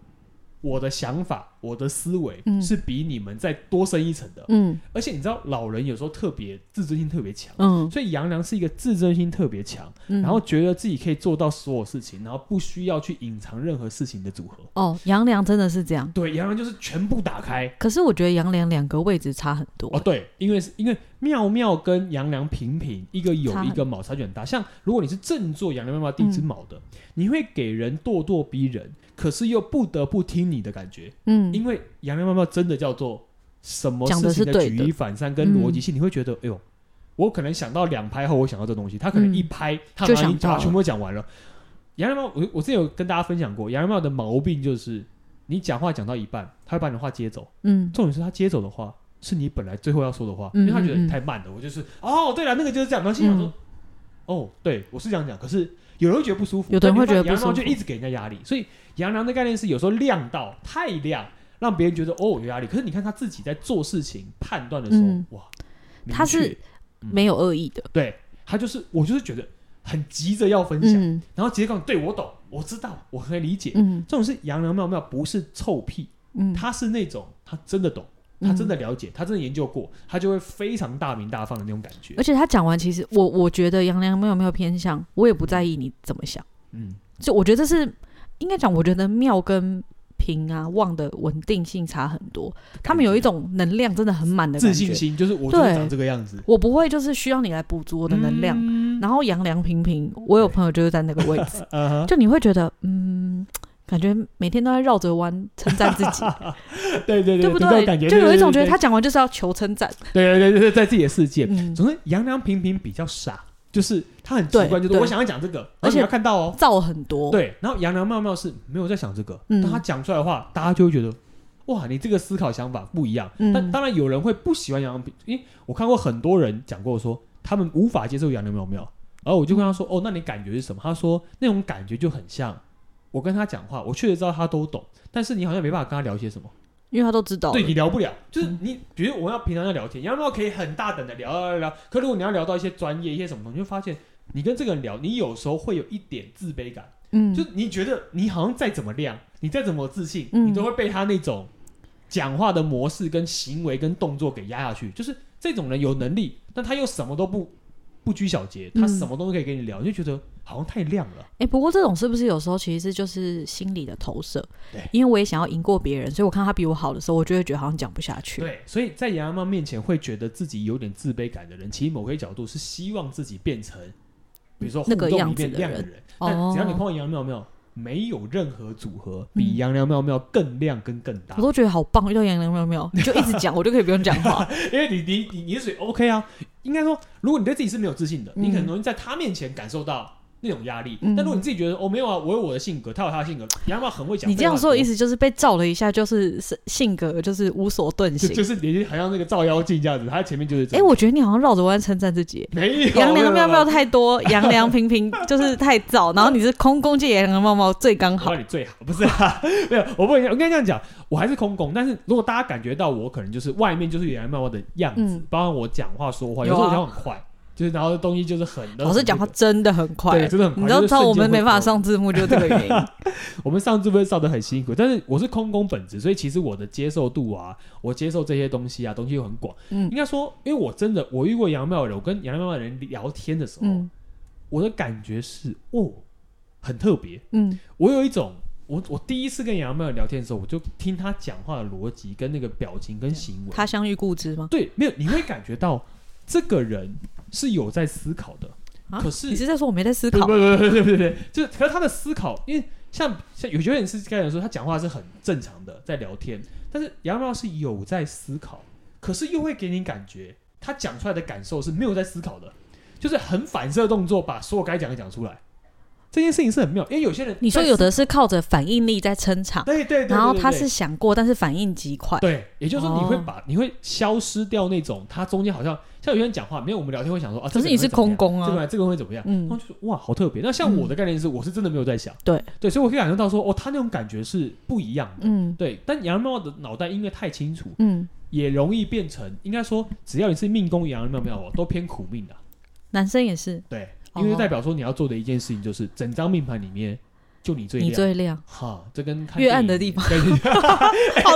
Speaker 2: 我的想法、我的思维
Speaker 1: 嗯
Speaker 2: 是比你们再多深一层的。
Speaker 1: 嗯
Speaker 2: 而且你知道，老人有时候特别自尊心特别强，
Speaker 1: 嗯
Speaker 2: 所以杨良是一个自尊心特别强，
Speaker 1: 嗯，
Speaker 2: 然后觉得自己可以做到所有事情，然后不需要去隐藏任何事情的组合。
Speaker 1: 哦，杨良真的是这样。
Speaker 2: 对，杨良就是全部打开。
Speaker 1: 可是我觉得杨良两个位置差很多
Speaker 2: 哦，，对，因为是因为妙妙跟杨良平平，一个有
Speaker 1: 差很嗯
Speaker 2: 一个卯，差距很大。像如果你是正做杨良妙妙第一只卯的，你会给人咄咄逼人，可是又不得不听你的感觉，
Speaker 1: 嗯，
Speaker 2: 因为杨良妙妙真的叫做什么
Speaker 1: 讲的
Speaker 2: 事情
Speaker 1: 是对
Speaker 2: 举
Speaker 1: 的嗯
Speaker 2: 一反三跟逻辑性，你会觉得哎呦，我可能想到两拍后，我想到这东西，他可能一
Speaker 1: 嗯
Speaker 2: 拍，他
Speaker 1: 就
Speaker 2: 马上
Speaker 1: 想
Speaker 2: 已经把
Speaker 1: 到
Speaker 2: 全部都讲完了。杨良妙，我我之前有跟大家分享过，杨良妙的毛病就是，你讲话讲到一半，他会把你的话接走。
Speaker 1: 嗯
Speaker 2: 重点是他接走的话是你本来最后要说的话，
Speaker 1: 嗯
Speaker 2: 因为他觉得
Speaker 1: 嗯嗯
Speaker 2: 太慢了。我就是哦，对了，那个就是这样。然后心想说，
Speaker 1: 嗯
Speaker 2: 哦，对我是这样讲，可是有人会觉得不舒服，
Speaker 1: 有的人会觉得不
Speaker 2: 但你发现
Speaker 1: 舒服
Speaker 2: 杨洋就一直给人家压力。所以杨洋的概念是有时候亮到太亮，让别人觉得哦有压力。可是你看他自己在做事情判断的时候，
Speaker 1: 嗯
Speaker 2: 哇，
Speaker 1: 他
Speaker 2: 明确
Speaker 1: 是没有恶意的，
Speaker 2: 对他就是我就是觉得很急着要分享，
Speaker 1: 嗯
Speaker 2: 然后直接告诉你对我懂，我知道，我可以理解。
Speaker 1: 嗯
Speaker 2: 这种是杨洋妙妙，不是臭屁，
Speaker 1: 嗯，
Speaker 2: 他是那种他真的懂。他真的了解，他真的研究过，他就会非常大名大放的那种感觉
Speaker 1: 而。且他讲完，其实我我觉得杨良没有没有偏向，我也不在意你怎么想。
Speaker 2: 嗯，
Speaker 1: 就我觉得这是应该讲，我觉得妙跟平啊旺的稳定性差很多，他们有一种能量真的很满的感
Speaker 2: 自信
Speaker 1: 觉。
Speaker 2: 心，就是我就是
Speaker 1: 对
Speaker 2: 长这个样子，
Speaker 1: 我不会就是需要你来补足我的能量。
Speaker 2: 嗯
Speaker 1: 然后杨良平平，我有朋友就是在那个位置，
Speaker 2: 呃呵
Speaker 1: 就你会觉得嗯，感觉每天都在绕着弯称赞自己，
Speaker 2: 对 对
Speaker 1: 对
Speaker 2: 对
Speaker 1: 不
Speaker 2: 这种感觉
Speaker 1: 就有一种觉得他
Speaker 2: 对
Speaker 1: 讲完就是要求称赞。
Speaker 2: 对对对对，在自己的世界。
Speaker 1: 嗯，
Speaker 2: 总之，杨良平平比较傻，就是他很奇怪，
Speaker 1: 对
Speaker 2: 就是
Speaker 1: 对
Speaker 2: 我想要讲这个，
Speaker 1: 而且
Speaker 2: 然后你要看到哦，
Speaker 1: 造很多。
Speaker 2: 对。然后杨良妙妙是没有在想这个，
Speaker 1: 嗯
Speaker 2: 但他讲出来的话，大家就会觉得。哇，你这个思考想法不一样。
Speaker 1: 嗯
Speaker 2: 但当然有人会不喜欢杨洋平，因为我看过很多人讲过说他们无法接受杨洋妙妙，然后我就跟他说：“哦，那你感觉是什么？”他说：“那种感觉就很像我跟他讲话，我确实知道他都懂，但是你好像没办法跟他聊些什么，
Speaker 1: 因为他都知道了。嗯
Speaker 2: 对你聊不了。就是你，比如我们要平常要聊天，杨洋妙妙可以很大胆的聊聊聊，聊可如果你要聊到一些专业一些什么东西，你就发现你跟这个人聊，你有时候会有一点自卑感，
Speaker 1: 嗯，
Speaker 2: 就你觉得你好像再怎么亮，你再怎么有自信，
Speaker 1: 嗯
Speaker 2: 你都会被他那种讲话的模式、跟行为、跟动作给压下去。就是这种人有能力，但他又什么都不不拘小节，他
Speaker 1: 嗯
Speaker 2: 什么东西可以跟你聊，你就觉得好像太亮了。
Speaker 1: 哎、不过这种是不是有时候其实就是心理的投射？
Speaker 2: 对
Speaker 1: 因为我也想要赢过别人，所以我看他比我好的时候，我就会觉得好像讲不下去。
Speaker 2: 对，所以在杨洋妈面前会觉得自己有点自卑感的人，其实某些角度是希望自己变成，比如说互
Speaker 1: 那个
Speaker 2: 动里
Speaker 1: 样子
Speaker 2: 面
Speaker 1: 的
Speaker 2: 亮
Speaker 1: 人哦
Speaker 2: 人。但只要你碰到杨洋妙妙，没有任何组合
Speaker 1: 嗯
Speaker 2: 比杨洋妙妙更亮跟更大
Speaker 1: 我。都觉得好棒，遇到杨良妙 妙，你就一直讲，我就可以不用讲话。
Speaker 2: 因为你你你你是属于 OK 啊，应该说，如果你对自己是没有自信的，
Speaker 1: 嗯
Speaker 2: 你很容易在他面前感受到那种压力。
Speaker 1: 嗯
Speaker 2: 但如果你自己觉得哦没有啊，我有我的性格，他有他的性格，杨妈很会讲。
Speaker 1: 你这样说的意
Speaker 2: 思
Speaker 1: 思就是被照了一下，就是是性格就是无所遁
Speaker 2: 就
Speaker 1: 形。
Speaker 2: 就是你好像那个照妖镜这样子，他前面就是这
Speaker 1: 哎、
Speaker 2: 样。
Speaker 1: 我觉得你好像绕着弯称赞自己。
Speaker 2: 没有
Speaker 1: 杨良妙，
Speaker 2: 没有没有
Speaker 1: 妙太多，杨良平平就是太燥，然后你是空宫界杨良妙妙最刚
Speaker 2: 我
Speaker 1: 好
Speaker 2: 让。你最好不是啊？没有，我不能，我跟你这样讲，我还是空工。但是如果大家感觉到我可能就是外面就是原来漫画的样子，
Speaker 1: 嗯
Speaker 2: 包括我讲话说话，有
Speaker 1: 有
Speaker 2: 时
Speaker 1: 啊
Speaker 2: 候我讲话很快，就是然后东西就是很
Speaker 1: 老师讲话，真的很快，
Speaker 2: 对，真的很快。
Speaker 1: 你知道，
Speaker 2: 就是
Speaker 1: 知道我
Speaker 2: 瞬
Speaker 1: 们
Speaker 2: 间会
Speaker 1: 没办法
Speaker 2: 空
Speaker 1: 上字幕就是这个原因。
Speaker 2: 我们上字不是上的很辛苦，但是我是空工本质，所以其实我的接受度啊，我接受这些东西啊，东西又很广。
Speaker 1: 嗯
Speaker 2: 应该说，因为我真的我遇过杨妙的人，我跟杨妙的人聊天的时候，
Speaker 1: 嗯
Speaker 2: 我的感觉是哦，很特别。
Speaker 1: 嗯
Speaker 2: 我有一种，我我第一次跟杨妙聊天的时候，我就听他讲话的逻辑跟那个表情跟行为，
Speaker 1: 他乡遇故知吗？
Speaker 2: 对，没有你会感觉到这个人是有在思考的，
Speaker 1: 啊
Speaker 2: 可是
Speaker 1: 你是在说我没在思
Speaker 2: 不
Speaker 1: 考？
Speaker 2: 不不不不不不，就是可是他的思考，因为像像有些人是刚才说他讲话是很正常的，在聊天，但是杨妙是有在思考，可是又会给你感觉他讲出来的感受是没有在思考的，就是很反射动作把所有该讲的讲出来，这件事情是很妙，因为有些人
Speaker 1: 你说
Speaker 2: 在
Speaker 1: 有的是靠着反应力在撑场，
Speaker 2: 对对对对
Speaker 1: 然后
Speaker 2: 对
Speaker 1: 他
Speaker 2: 对
Speaker 1: 是想过，但是反应极快。
Speaker 2: 对，也就是说你会
Speaker 1: 哦
Speaker 2: 把、你会消失掉那种他中间好像像有些人讲话没有我们聊天会想说啊，
Speaker 1: 可是你是空
Speaker 2: 工
Speaker 1: 工
Speaker 2: 这个
Speaker 1: 啊，
Speaker 2: 人这个人会怎么样？
Speaker 1: 嗯
Speaker 2: 然后就说哇，好特别。那像我的概念是，我是真的没有在想，
Speaker 1: 对
Speaker 2: 对，所以我可以感受到说，哦，他那种感觉是不一样的。
Speaker 1: 嗯
Speaker 2: 对，但杨妙的脑袋因为太清楚，
Speaker 1: 嗯，
Speaker 2: 也容易变成，应该说，只要你是命宫杨妙妙哦，都偏苦命的、
Speaker 1: 男生也是，
Speaker 2: 对，
Speaker 1: 哦
Speaker 2: 因为代表说你要做的一件事情就是，整张命盘里面就你最
Speaker 1: 你
Speaker 2: 亮。
Speaker 1: 最 亮，
Speaker 2: 哈，这跟看
Speaker 1: 越暗
Speaker 2: 电
Speaker 1: 的地
Speaker 2: 影
Speaker 1: 方
Speaker 2: 跟
Speaker 1: 好丢
Speaker 2: 你怎么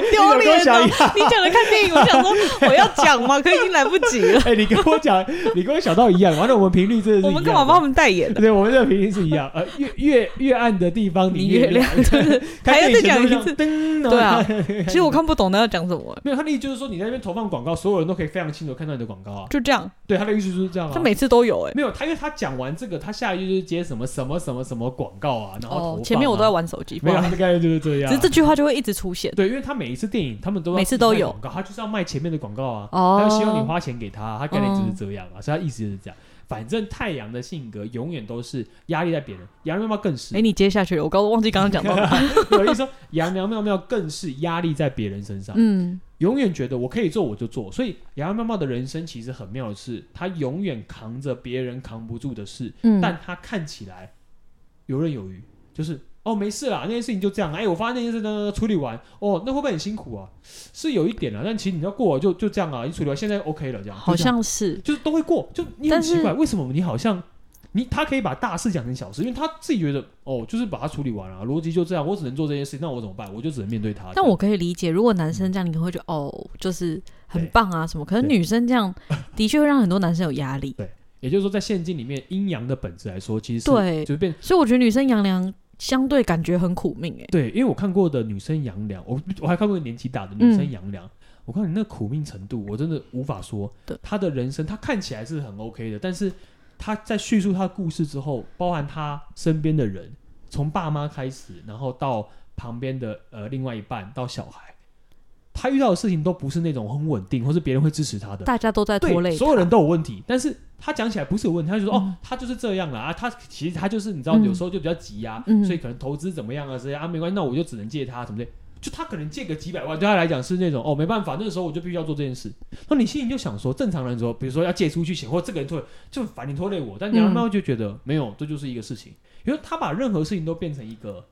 Speaker 2: 跟我
Speaker 1: 脸
Speaker 2: 想
Speaker 1: 哦
Speaker 2: 一！
Speaker 1: 你讲的看电影，我想说我要讲吗？可已经来不及了。
Speaker 2: 哎、你跟我讲，你跟我想到一样，完了我们频率真的是
Speaker 1: 我
Speaker 2: 一
Speaker 1: 们干嘛
Speaker 2: 样
Speaker 1: 帮他
Speaker 2: 的
Speaker 1: 们代言呢？
Speaker 2: 对，我们这个频率是一样，呃，越越越暗的地方
Speaker 1: 你
Speaker 2: 你
Speaker 1: 越
Speaker 2: 亮，对，
Speaker 1: 还要再讲一次
Speaker 2: 灯，
Speaker 1: 对啊
Speaker 2: 对
Speaker 1: 其实我看不懂他要讲什么，
Speaker 2: 没有，他的意思就是说你在那边投放广告，所有人都可以非常清楚看到你的广告啊。
Speaker 1: 就这样，
Speaker 2: 对，他的意思就是这样啊。
Speaker 1: 他每次都有哎。
Speaker 2: 没有他，因为他讲完这个，他下一句就是接什么什么什么什么广告啊，然后投放
Speaker 1: 哦
Speaker 2: 啊、，
Speaker 1: 前面我都在玩手机，
Speaker 2: 没有，
Speaker 1: 不好
Speaker 2: 他
Speaker 1: 意
Speaker 2: 的
Speaker 1: 思
Speaker 2: 概念就是这样啊
Speaker 1: 只是。这句话就会一直出现。
Speaker 2: 对，因为他每一次电影他们都要
Speaker 1: 每次都
Speaker 2: 卖
Speaker 1: 有
Speaker 2: 广告，他就是要卖前面的广告啊，
Speaker 1: 哦
Speaker 2: 他就希望你花钱给他，他概念就是这样啊，所以他意思就是这样。反正太阳的性格永远都是压力在别人，羊羊妙妙更是
Speaker 1: 哎，，你接下去了，我刚刚忘记刚刚讲到哪。
Speaker 2: 我的意思说，羊羊妙妙更是压力在别人身上，
Speaker 1: 嗯，
Speaker 2: 永远觉得我可以做我就做。所以羊羊妙妙的人生其实很妙的是，他永远扛着别人扛不住的事，
Speaker 1: 嗯
Speaker 2: 但他看起来游刃有余，就是哦没事啦，那件事情就这样。哎，我发现那件事呢处理完，哦那会不会很辛苦啊？是有一点啊，但其实你要过了就就这样啊，你处理完现在 OK 了这样，
Speaker 1: 好
Speaker 2: 就这样
Speaker 1: 像是，
Speaker 2: 就是都会过，就你很
Speaker 1: 但是
Speaker 2: 奇怪为什么你好像。你他可以把大事讲成小事，因为他自己觉得哦，就是把它处理完了、逻辑就这样，我只能做这件事，那我怎么办？我就只能面对他。
Speaker 1: 但我可以理解，如果男生这样，你可能会觉得哦，就是很
Speaker 2: 对
Speaker 1: 棒啊什么。可是
Speaker 2: 对
Speaker 1: 女生这 样，的确会让很多男生有压力。
Speaker 2: 也就是说，在现今里面，阴阳的本质来说，其实是
Speaker 1: 对
Speaker 2: 就变
Speaker 1: 所以我觉得女生杨良相对感觉很苦命哎、
Speaker 2: 对，因为我看过的女生阳凉，我我还看过年纪大的女生阳凉。我看你那苦命程度，我真的无法说
Speaker 1: 对。
Speaker 2: 她的人生，她看起来是很 OK 的，但是她在叙述她的故事之后，包含她身边的人，从爸妈开始，然后到旁边的呃另外一半，到小孩，她遇到的事情都不是那种很稳定，或是别人会支持她的。
Speaker 1: 大家都在
Speaker 2: 对
Speaker 1: 呃拖累她，
Speaker 2: 所有人都有问题，但是他讲起来不是有问题，他就说、
Speaker 1: 嗯
Speaker 2: 哦，他就是这样啦，啊，他其实他就是你知道，
Speaker 1: 嗯
Speaker 2: 有时候就比较急啊，
Speaker 1: 嗯
Speaker 2: 所以可能投资怎么样啊，这些啊没关系，那我就只能借他什么的，就他可能借个几百万，对他来讲是那种哦没办法，那个时候我就必须要做这件事。那你心里就想说，正常人说，比如说要借出去钱，或者这个人拖累，就烦你拖累我，但杨
Speaker 1: 嗯
Speaker 2: 猫就觉得、没有，这就是一个事情，因为他把任何事情都变成一个。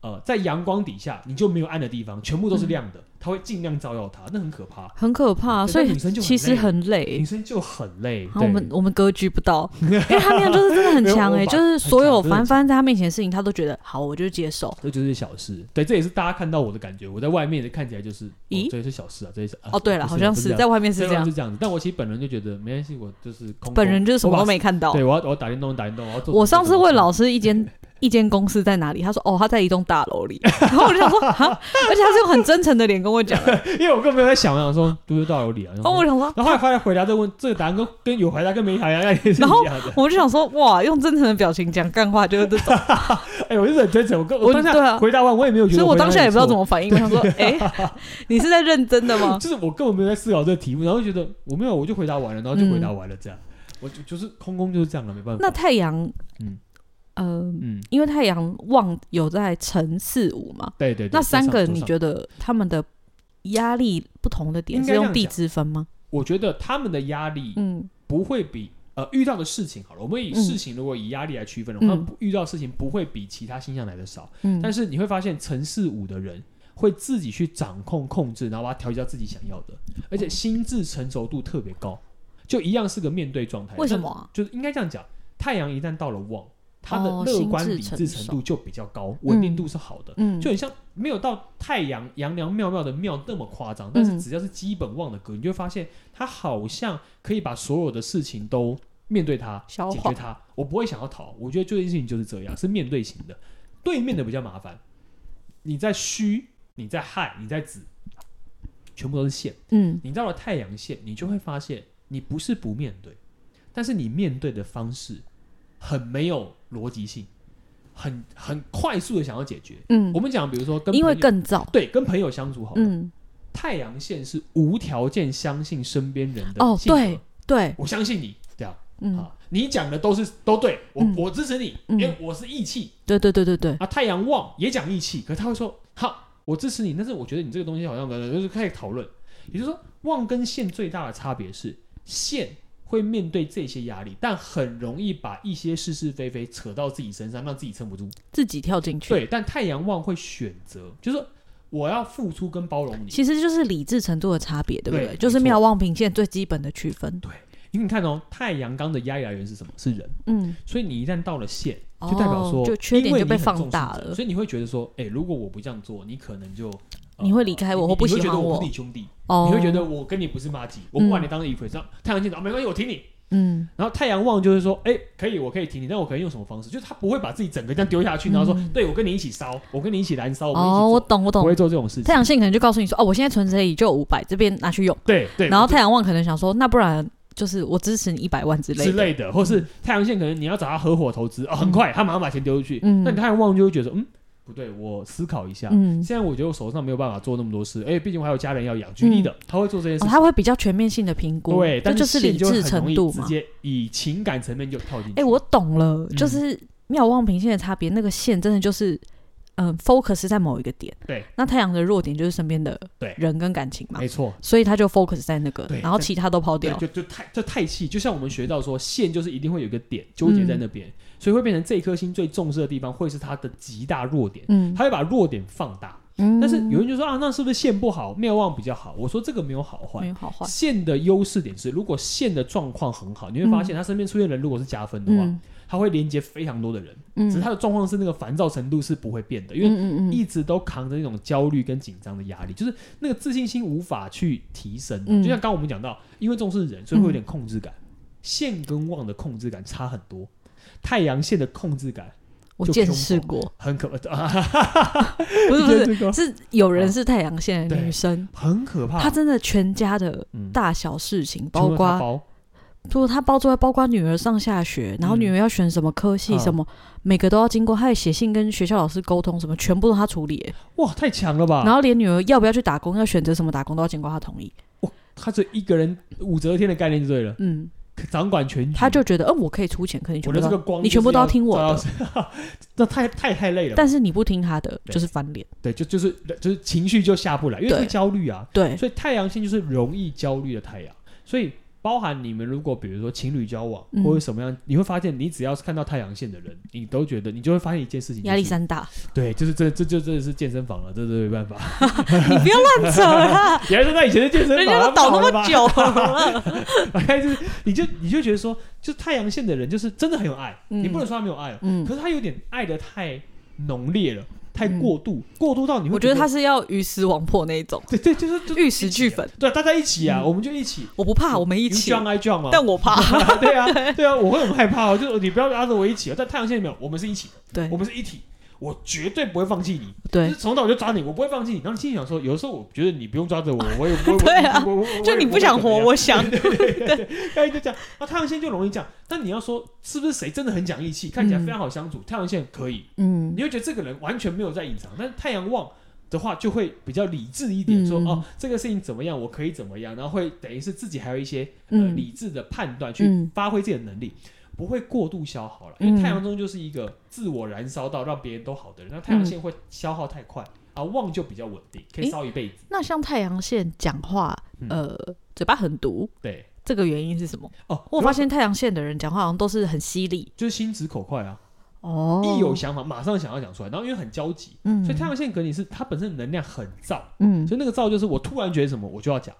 Speaker 2: 呃，在阳光底下，你就没有暗的地方，全部都是亮的，他会尽量照耀它，那很可怕。
Speaker 1: 很可怕，
Speaker 2: 对
Speaker 1: 所
Speaker 2: 但
Speaker 1: 以
Speaker 2: 女生就很
Speaker 1: 其实
Speaker 2: 累
Speaker 1: 很
Speaker 2: 女
Speaker 1: 累。
Speaker 2: 生就很累，
Speaker 1: 好，
Speaker 2: 对
Speaker 1: 我们我们格局不 到，因为他那样就是真的很强哎、
Speaker 2: 没有我把
Speaker 1: 就是所有
Speaker 2: 很强真的
Speaker 1: 凡
Speaker 2: 很
Speaker 1: 凡在他面前的事情，他都觉得好，我就接受。
Speaker 2: 这就是小事，对，这也是大家看到我的感觉。我在外面的看起来就是，哦、
Speaker 1: 咦
Speaker 2: 这也是小事啊，这也是啊
Speaker 1: 哦，对了，
Speaker 2: 不
Speaker 1: 好像
Speaker 2: 不
Speaker 1: 是
Speaker 2: 是
Speaker 1: 在外面是
Speaker 2: 这
Speaker 1: 这
Speaker 2: 样
Speaker 1: 样
Speaker 2: 是，这样子。但我其实本人就觉得没关系，我就是空
Speaker 1: 本人就是什么都
Speaker 2: 我把
Speaker 1: 没看到。
Speaker 2: 对我要我要打电动打电动，我要做什么。
Speaker 1: 我上次
Speaker 2: 做什么
Speaker 1: 问老师一间一间公司在哪里，他说哦他在一栋大楼里， 然后我就想说哈，而且他是用很真诚的脸跟我讲的，
Speaker 2: 因为我根本没有在想，我想说就是到有理啊。然
Speaker 1: 哦
Speaker 2: 后
Speaker 1: 我想说，
Speaker 2: 然后后来回答这个问这个答案跟跟有回答跟没回答概念是
Speaker 1: 然后
Speaker 2: 一样的。
Speaker 1: 我就想说哇，用真诚的表情讲干话就是这种，
Speaker 2: 哎，我就是很真诚，我跟
Speaker 1: 我
Speaker 2: 当
Speaker 1: 对啊
Speaker 2: 下回答完我也没有觉
Speaker 1: 所
Speaker 2: 得，
Speaker 1: 以我当下也不知道怎。么反应，我想说哎，你是在认真的 吗？
Speaker 2: 就是我根本没有在思考这个题目，然后就觉得我没有，我就回答完了，然后就回答完了，这样，我就就是空空就是这样了，没办法。
Speaker 1: 嗯那太阳，嗯
Speaker 2: 嗯，
Speaker 1: 呃，
Speaker 2: 嗯，
Speaker 1: 因为太阳旺有在乘四五嘛，
Speaker 2: 对对对。
Speaker 1: 那三个
Speaker 2: 多少
Speaker 1: 你觉得他们的压力不同的点
Speaker 2: 应
Speaker 1: 是
Speaker 2: 该这
Speaker 1: 用
Speaker 2: 样
Speaker 1: 地
Speaker 2: 讲
Speaker 1: 支分吗？
Speaker 2: 我觉得他们的压力
Speaker 1: 嗯
Speaker 2: 不会比、呃遇到的事情好了，我们以
Speaker 1: 嗯
Speaker 2: 事情如果以压力来区分的话，
Speaker 1: 嗯
Speaker 2: 不遇到事情不会比其他星象来的少。
Speaker 1: 嗯，
Speaker 2: 但是你会发现，城市五的人会自己去掌控、控制，然后把它调节到自己想要的，而且心智成熟度特别高，就一样是个面对状态。
Speaker 1: 为什么啊？
Speaker 2: 但？就是应该这样讲，太阳一旦到了旺，它的
Speaker 1: 哦
Speaker 2: 乐观
Speaker 1: 心
Speaker 2: 理
Speaker 1: 智
Speaker 2: 智
Speaker 1: 成
Speaker 2: 程
Speaker 1: 熟
Speaker 2: 度就比较高，稳定度是好的。
Speaker 1: 嗯，
Speaker 2: 就很像没有到太阳阳凉妙妙的妙那么夸张，但是
Speaker 1: 嗯
Speaker 2: 只要是基本望的歌，你就会发现他好像可以把所有的事情都面对它，
Speaker 1: 消
Speaker 2: 解
Speaker 1: 化
Speaker 2: 决它。我不会想要逃，我觉得这件事情就是这样，是面对型的。对面的比较麻烦，你在虚，你在害，你在子，全部都是线。
Speaker 1: 嗯
Speaker 2: 你到了太阳线，你就会发现你不是不面对，但是你面对的方式很没有逻辑性，很很快速的想要解决。
Speaker 1: 嗯
Speaker 2: 我，们讲，比如说跟
Speaker 1: 因为
Speaker 2: 朋友哦
Speaker 1: 更早，
Speaker 2: 对跟朋友相处好了，
Speaker 1: 嗯，
Speaker 2: 太阳线是无条件相信身边人的
Speaker 1: 哦
Speaker 2: 性格
Speaker 1: 对，对，
Speaker 2: 我相信你，这样、
Speaker 1: 嗯，
Speaker 2: 啊，你讲的都是都对，我、
Speaker 1: 嗯
Speaker 2: 我支持你，
Speaker 1: 嗯
Speaker 2: 因为我是义气
Speaker 1: 对对对对对，
Speaker 2: 啊。太阳旺也讲义气，可是他会说好，我支持你，但是我觉得你这个东西好像就是开始讨论，也就是说旺跟线最大的差别是线。会面对这些压力，但很容易把一些是是非非扯到自己身上，让自己撑不住。
Speaker 1: 自己跳进去，
Speaker 2: 对，但太阳旺会选择，就是说我要付出跟包容你。
Speaker 1: 其实就是理智程度的差别，对不
Speaker 2: 对
Speaker 1: 对？就是
Speaker 2: 没错
Speaker 1: 妙望平线最基本的区分，
Speaker 2: 因为你看哦，太阳刚的压力来源是什么？是人，
Speaker 1: 嗯，
Speaker 2: 所以你一旦到了线，就代表说，
Speaker 1: 哦就缺
Speaker 2: 因
Speaker 1: 点
Speaker 2: 为
Speaker 1: 就被
Speaker 2: 你很重
Speaker 1: 放
Speaker 2: 视
Speaker 1: 大
Speaker 2: 这个
Speaker 1: 了。
Speaker 2: 所以你会觉得说，哎，如果我不这样做，你可能就呃
Speaker 1: 你会离开我
Speaker 2: 你
Speaker 1: 或不
Speaker 2: 你会
Speaker 1: 喜
Speaker 2: 觉得
Speaker 1: 欢
Speaker 2: 我
Speaker 1: 我
Speaker 2: 不是你兄弟，
Speaker 1: 哦，
Speaker 2: 你会觉得我跟你不是妈鸡，我不把你当成一回事。太阳镜头啊，没关系，我挺你。
Speaker 1: 嗯，
Speaker 2: 然后太阳望就是说，哎，可以，我可以挺你，但我可以用什么方式？就是他不会把自己整个这样丢下去，然后说，对我跟你一起烧，我跟你一起燃烧，我们一起
Speaker 1: 嗯哦，我
Speaker 2: 做，
Speaker 1: 懂，我
Speaker 2: 不
Speaker 1: 懂
Speaker 2: 会。做这种事
Speaker 1: 太
Speaker 2: 情。
Speaker 1: 阳系可能就告诉你说，哦，我现在存折里就有五百，这边拿去用。
Speaker 2: 对对，
Speaker 1: 然后太阳望可能想说，那不然就是我支持你一百万之类
Speaker 2: 之
Speaker 1: 的。嗯
Speaker 2: 类的，或是太阳线可能你要找他合伙投资哦，很快他马上把钱丢出去，
Speaker 1: 嗯
Speaker 2: 那你太阳望就会觉得嗯不对，我思考一下，
Speaker 1: 嗯，
Speaker 2: 现在我觉得我手上没有办法做那么多事，哎，毕竟我还有家人要养，举例的，他会做这件
Speaker 1: 哦，
Speaker 2: 事情，
Speaker 1: 他会比较全面性的评估，
Speaker 2: 对，
Speaker 1: 这
Speaker 2: 但
Speaker 1: 就是理
Speaker 2: 线就
Speaker 1: 智
Speaker 2: 会很容
Speaker 1: 程
Speaker 2: 易
Speaker 1: 度
Speaker 2: 直
Speaker 1: 嘛。
Speaker 2: 接以情感层面就跳进去。
Speaker 1: 哎、我懂了，就
Speaker 2: 嗯
Speaker 1: 是妙望平线的差别，那个线真的就是，嗯，focus 在某一个点。
Speaker 2: 对，
Speaker 1: 那太阳的弱点就是身边的
Speaker 2: 对
Speaker 1: 人跟感情嘛
Speaker 2: 没，错，
Speaker 1: 所以他就 focus 在那个
Speaker 2: 对，
Speaker 1: 然后
Speaker 2: 在
Speaker 1: 其他都抛
Speaker 2: 对，
Speaker 1: 掉。
Speaker 2: 就就太就太气，就像我们学到说，线就是一定会有一个点纠结在那
Speaker 1: 嗯
Speaker 2: 边，所以会变成这一颗星最重视的地方会是它的极大弱点，
Speaker 1: 嗯，
Speaker 2: 他会把弱点放大。
Speaker 1: 嗯
Speaker 2: 但是有人就说啊，那是不是线不好，妙望比较好？我说这个没有好坏
Speaker 1: 没，有好坏，
Speaker 2: 线的优势点是，如果线的状况很好，你会发现他身边出现的人如果是加分的话，
Speaker 1: 嗯
Speaker 2: 他会连接非常多的人。
Speaker 1: 嗯
Speaker 2: 只是他的状况是那个烦躁程度是不会变的，因为
Speaker 1: 嗯嗯嗯，
Speaker 2: 一直都扛着那种焦虑跟紧张的压力，就是那个自信心无法去提升。
Speaker 1: 嗯
Speaker 2: 就像刚刚我们讲到，因为重视人，所以会有点控制感。线跟望的控制感差很多，太阳线的控制感
Speaker 1: 我
Speaker 2: 就
Speaker 1: 见
Speaker 2: 胸
Speaker 1: 识
Speaker 2: 口
Speaker 1: 过，
Speaker 2: 很可 怕，
Speaker 1: 不是不
Speaker 2: 这个
Speaker 1: 是，是有
Speaker 2: 啊
Speaker 1: 人是太阳线的女生，
Speaker 2: 很可怕。
Speaker 1: 她真的全家的
Speaker 2: 啊嗯
Speaker 1: 大小事情，
Speaker 2: 全
Speaker 1: 包
Speaker 2: 部都
Speaker 1: 括
Speaker 2: 打包
Speaker 1: 除了他包之外，包括女儿上下学，然后
Speaker 2: 嗯
Speaker 1: 女儿要选什么科系，
Speaker 2: 嗯
Speaker 1: 什么、每个都要经过，他也写信跟学校老师沟通，什么全部都他处理、欸
Speaker 2: 哇，太强了吧！
Speaker 1: 然后连女儿要不要去打工，要选择什么打工都要经过他同意。
Speaker 2: 他只有一个人武则天的概念就对了，
Speaker 1: 嗯，
Speaker 2: 掌管全局。
Speaker 1: 他就觉得，嗯，我可以出钱，可你全
Speaker 2: 我
Speaker 1: 部
Speaker 2: 的这
Speaker 1: 都
Speaker 2: 个
Speaker 1: 要，
Speaker 2: 光，
Speaker 1: 你全部都要听我的，，
Speaker 2: 那太太太累了。
Speaker 1: 但是你不听他的，
Speaker 2: 对
Speaker 1: 就是翻脸。
Speaker 2: 对，就就是就是情绪就下不来，因为
Speaker 1: 对
Speaker 2: 会焦虑啊。
Speaker 1: 对，
Speaker 2: 所以太阳星就是容易焦虑的太阳，所以包含你们如果比如说情侣交往、
Speaker 1: 嗯
Speaker 2: 或者什么样，你会发现你只要是看到太阳线的人，你都觉得你就会发现一件事情、
Speaker 1: 压力，山 大，
Speaker 2: 对，就是这这就真的是健身房了，这这没办法。
Speaker 1: 你不要乱扯啦，
Speaker 2: 原来是他以前的健身
Speaker 1: 人家
Speaker 2: 房啊，
Speaker 1: 都倒
Speaker 2: 不好
Speaker 1: 那
Speaker 2: 了吧
Speaker 1: 么，久了。
Speaker 2: 大概就是你就你就觉得说，就太阳线的人就是真的很有爱，
Speaker 1: 嗯
Speaker 2: 你不能说他没有爱哦，
Speaker 1: 嗯
Speaker 2: 可，是他有点爱的太浓烈了，太过度，过度到你会
Speaker 1: 我觉得他是要鱼死网破那一种，
Speaker 2: 对对，就是就
Speaker 1: 玉石俱焚。
Speaker 2: 对，大家一起啊，
Speaker 1: 嗯
Speaker 2: 我们就一起。
Speaker 1: 我不怕，我们一
Speaker 2: You
Speaker 1: 起，
Speaker 2: jump, I jump 嘛。
Speaker 1: 但我怕。
Speaker 2: 对啊，对啊，我会很害怕哦。就是你不要拉着我一起哦。但太阳线没有，我们是一起的，
Speaker 1: 对
Speaker 2: 我们是一体，我绝对不会放弃你。就
Speaker 1: 对
Speaker 2: 是，从头我就抓你，我不会放弃你。然后你心里想说，有的时候我觉得你不用抓着我， 我也不会。
Speaker 1: 对啊
Speaker 2: 我，我我
Speaker 1: 就你不想活，我 想。
Speaker 2: 哎，就这样。那太阳线就容易这样。但你要说是不是谁真的很讲义气，看起来非常好相处，太阳线可以，
Speaker 1: 嗯
Speaker 2: 你会觉得这个人完全没有在隐藏，但是太阳旺的话就会比较理智一点，
Speaker 1: 嗯
Speaker 2: 说哦这个事情怎么样，我可以怎么样，然后会等于是自己还有一些、呃
Speaker 1: 嗯
Speaker 2: 理智的判断去
Speaker 1: 嗯
Speaker 2: 发挥自己的能力，不会过度消耗了。
Speaker 1: 嗯
Speaker 2: 因为太阳中就是一个自我燃烧到让别人都好的人，那太阳线会消耗太快。啊，旺就比较稳定，可以
Speaker 1: 诶
Speaker 2: 烧一辈子。
Speaker 1: 那像太阳线讲话，
Speaker 2: 嗯
Speaker 1: 呃，嘴巴很毒，
Speaker 2: 对，
Speaker 1: 这个原因是什么？
Speaker 2: 哦，
Speaker 1: 我发
Speaker 2: 然后
Speaker 1: 现太阳线的人讲话好像都是很犀利
Speaker 2: 就是心直口快啊，
Speaker 1: 哦
Speaker 2: 一有想法马上想要讲出来，然后因为很焦急，
Speaker 1: 嗯
Speaker 2: 所以太阳线可能是它本身能量很燥，
Speaker 1: 嗯
Speaker 2: 所以那个燥就是我突然觉得什么我就要讲，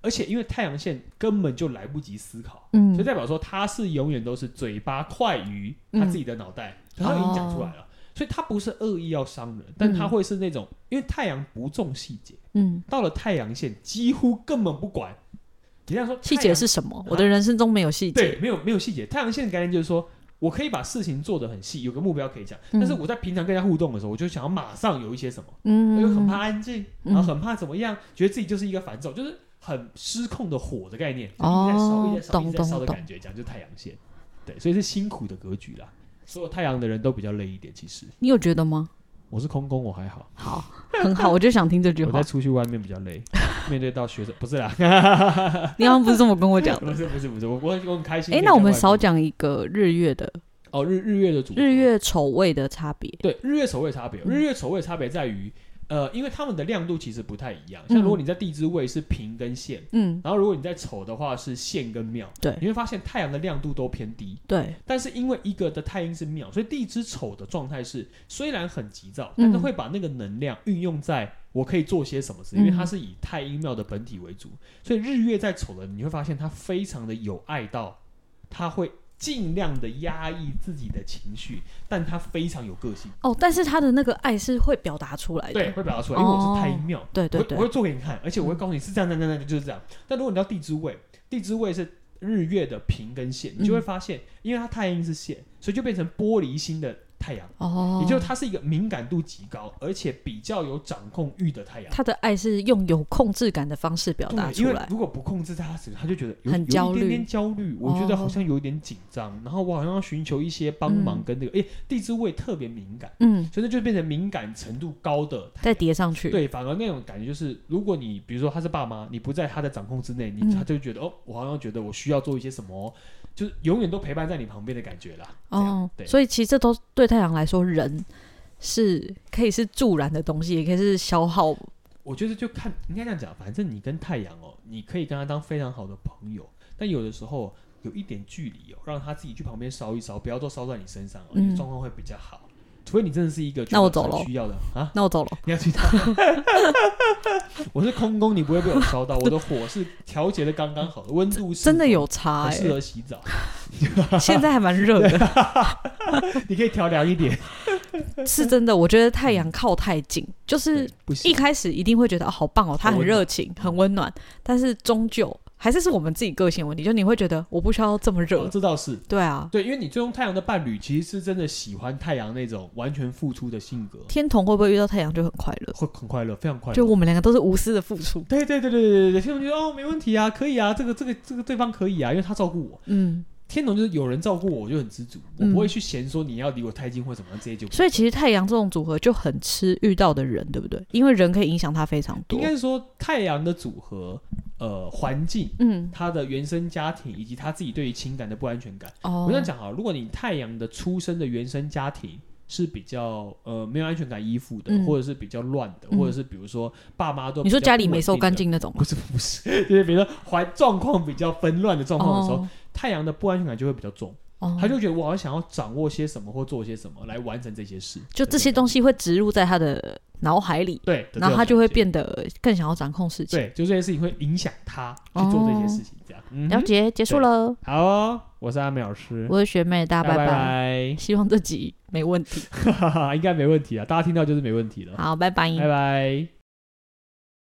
Speaker 2: 而且因为太阳线根本就来不及思考，所以
Speaker 1: 嗯
Speaker 2: 代表说他是永远都是嘴巴快于他自己的脑
Speaker 1: 嗯
Speaker 2: 袋，可他已经讲出来了，所以他不是恶意要伤人，但他会是那种因为太阳不重细节，
Speaker 1: 嗯，
Speaker 2: 到了太阳线几乎根本不管。你这样说
Speaker 1: 细
Speaker 2: 太
Speaker 1: 节
Speaker 2: 阳
Speaker 1: 是什么？我的人生中没有细
Speaker 2: 对，
Speaker 1: 节。
Speaker 2: 没有没有细节。太阳线的概念就是说，我可以把事情做得很细，有个目标可以讲，
Speaker 1: 嗯
Speaker 2: 但是我在平常跟人家互动的时候，我就想要马上有一些什么。
Speaker 1: 嗯，
Speaker 2: 又很怕安静，
Speaker 1: 嗯
Speaker 2: 然后很怕怎么样，觉得自己就是一个烦躁，就是很失控的火的概念，就
Speaker 1: 哦
Speaker 2: 一直在烧，一直在烧，
Speaker 1: 懂
Speaker 2: 一直在烧
Speaker 1: 懂
Speaker 2: 的
Speaker 1: 懂
Speaker 2: 感觉，讲就是太阳线，对，所以是辛苦的格局啦。所有太阳的人都比较累一点，其实
Speaker 1: 你有觉得 吗？
Speaker 2: 我是空宫，我还好，
Speaker 1: 好，很好，我就想听这句
Speaker 2: 我
Speaker 1: 话
Speaker 2: 在。出去外面比较累，面对到学生不是啦，
Speaker 1: 你刚刚不是这么跟我讲的？
Speaker 2: 不是不是不是， 我我我很开心。
Speaker 1: 哎，那我们少讲一个日月的
Speaker 2: 哦，日日月的主
Speaker 1: 日月丑位的差别。
Speaker 2: 对日月守卫差别，
Speaker 1: 嗯
Speaker 2: 日月守卫差别在于。呃，因为他们的亮度其实不太一样，像
Speaker 1: 嗯
Speaker 2: 如果你在地支位是平跟线，
Speaker 1: 嗯，
Speaker 2: 然后如果你在丑的话是线跟庙，
Speaker 1: 对
Speaker 2: 你会发现太阳的亮度都偏低，
Speaker 1: 对，
Speaker 2: 但是因为一个的太阴是庙，所以地支丑的状态是虽然很急躁，
Speaker 1: 嗯
Speaker 2: 但是会把那个能量运用在我可以做些什么事，因为它
Speaker 1: 嗯
Speaker 2: 是以太阴庙的本体为主，所以日月在丑人，你会发现他非常的有爱到，他会尽量的压抑自己的情绪，但他非常有个性，
Speaker 1: 哦，但是他的那个爱是会表达出来的，
Speaker 2: 对，会表达出来，因为我是太阴庙，
Speaker 1: 对对嗯
Speaker 2: 我会
Speaker 1: 对，
Speaker 2: 我会做给你看，而且我会告诉你是这样这样这样这样就是这样。但如果你到地支位，地支位是日月的平跟线，你就会
Speaker 1: 嗯
Speaker 2: 发现，因为它太阴是线，所以就变成玻璃心的太阳，
Speaker 1: 哦，
Speaker 2: 也就是它是一个敏感度极高，而且比较有掌控欲的太阳。
Speaker 1: 他的爱是用有控制感的方式表达
Speaker 2: 对，
Speaker 1: 出
Speaker 2: 因为
Speaker 1: 来，
Speaker 2: 如果不控制它，他就觉得有
Speaker 1: 很焦
Speaker 2: 有一点
Speaker 1: 虑
Speaker 2: 点焦虑，我觉得
Speaker 1: 哦
Speaker 2: 好像有一点紧张，然后我好像要寻求一些帮忙
Speaker 1: 嗯
Speaker 2: 跟这个，哎、地支位特别敏感，
Speaker 1: 嗯，
Speaker 2: 所以那就变成敏感程度高的太
Speaker 1: 再
Speaker 2: 阳。
Speaker 1: 叠上去，
Speaker 2: 对，反而那种感觉就是，如果你比如说他是爸妈，你不在他的掌控之内，你、
Speaker 1: 嗯
Speaker 2: 他就觉得哦，我好像觉得我需要做一些什么哦、就是永远都陪伴在你旁边的感觉啦。这样
Speaker 1: 哦，
Speaker 2: 对，
Speaker 1: 所以其实这都对太阳来说，人是可以是助燃的东西，也可以是消耗，
Speaker 2: 我觉得就看应该这样讲，反正你跟太阳哦，你可以跟他当非常好的朋友，但有的时候有一点距离哦，让他自己去旁边烧一烧，不要都烧在你身上哦，
Speaker 1: 嗯
Speaker 2: 你状况会比较好。除非你真的是一个
Speaker 1: 那我走
Speaker 2: 觉得很
Speaker 1: 咯
Speaker 2: 需要的啊，
Speaker 1: 那我走了。
Speaker 2: 你要去他。 我是空宫，你不会被我烧到，我的火是调节的刚刚好的，温度 适
Speaker 1: 真的
Speaker 2: 中
Speaker 1: 有差
Speaker 2: 很
Speaker 1: 哎、
Speaker 2: 适 合洗澡，
Speaker 1: 现在还蛮热的，
Speaker 2: 你可以调凉一点。
Speaker 1: 是真的。我觉得太阳靠太近，就是
Speaker 2: 嗯对不
Speaker 1: 一
Speaker 2: 行，
Speaker 1: 开始一定会觉得、哦、好棒哦，它
Speaker 2: 很
Speaker 1: 很
Speaker 2: 温暖
Speaker 1: 热情，很温暖，但是终究还是是我们自己个性的问题，就你会觉得我不需要这么热。
Speaker 2: 哦这倒是
Speaker 1: 对啊，
Speaker 2: 对，因为你最终太阳的伴侣其实是真的喜欢太阳那种完全付出的性格，
Speaker 1: 天童会不会遇到太阳就很快乐？
Speaker 2: 会很快乐，非常快
Speaker 1: 就
Speaker 2: 乐。
Speaker 1: 我们两个都是无私的付出，
Speaker 2: 对对对对对对对，天龙就说哦没问题啊，可以啊，这个这个这个对方可以啊，因为他照顾我。
Speaker 1: 嗯，
Speaker 2: 天龙就是有人照顾我，我就很知足，我
Speaker 1: 嗯
Speaker 2: 不会去嫌说你要离我太近或怎么样这些就。
Speaker 1: 所以其实太阳这种组合就很吃遇到的人，对不对？因为人可以影响他非常多
Speaker 2: 应。该是说太阳的组合，呃，环境、
Speaker 1: 嗯，
Speaker 2: 他的原生家庭以及他自己对于情感的不安全感。
Speaker 1: 哦
Speaker 2: 我这样，讲好了，如果你太阳的出生的原生家庭是比较呃没有安全感依附的，
Speaker 1: 嗯
Speaker 2: 或者是比较乱的，
Speaker 1: 嗯
Speaker 2: 或者是比如说爸妈都
Speaker 1: 哦你说
Speaker 2: 比较
Speaker 1: 家
Speaker 2: 不
Speaker 1: 里没
Speaker 2: 稳
Speaker 1: 收
Speaker 2: 定
Speaker 1: 干
Speaker 2: 的，
Speaker 1: 净那种啊吗
Speaker 2: 不？是不是，就是比如说环状况比较纷乱的状况的时候，
Speaker 1: 哦，
Speaker 2: 太阳的不安全感就会比较重，
Speaker 1: 哦
Speaker 2: 他就觉得我好像想要掌握些什么或做些什么来完成这些事，
Speaker 1: 就这些东西会植入在他的脑海里，
Speaker 2: 对，
Speaker 1: 然后他就会变
Speaker 2: 得
Speaker 1: 得更想要掌控事情。
Speaker 2: 对，就这些事情会影响他去做这些事情，这样。嗯
Speaker 1: 哦了
Speaker 2: 哼，
Speaker 1: 解，结束了。
Speaker 2: 好哦，我是阿美老师，
Speaker 1: 我是学妹，大家
Speaker 2: 大
Speaker 1: 拜
Speaker 2: 家拜
Speaker 1: 希望这集没问题。
Speaker 2: 拜，应该没问题啊，大家听到就是没问题了，
Speaker 1: 好，拜拜
Speaker 2: 拜拜。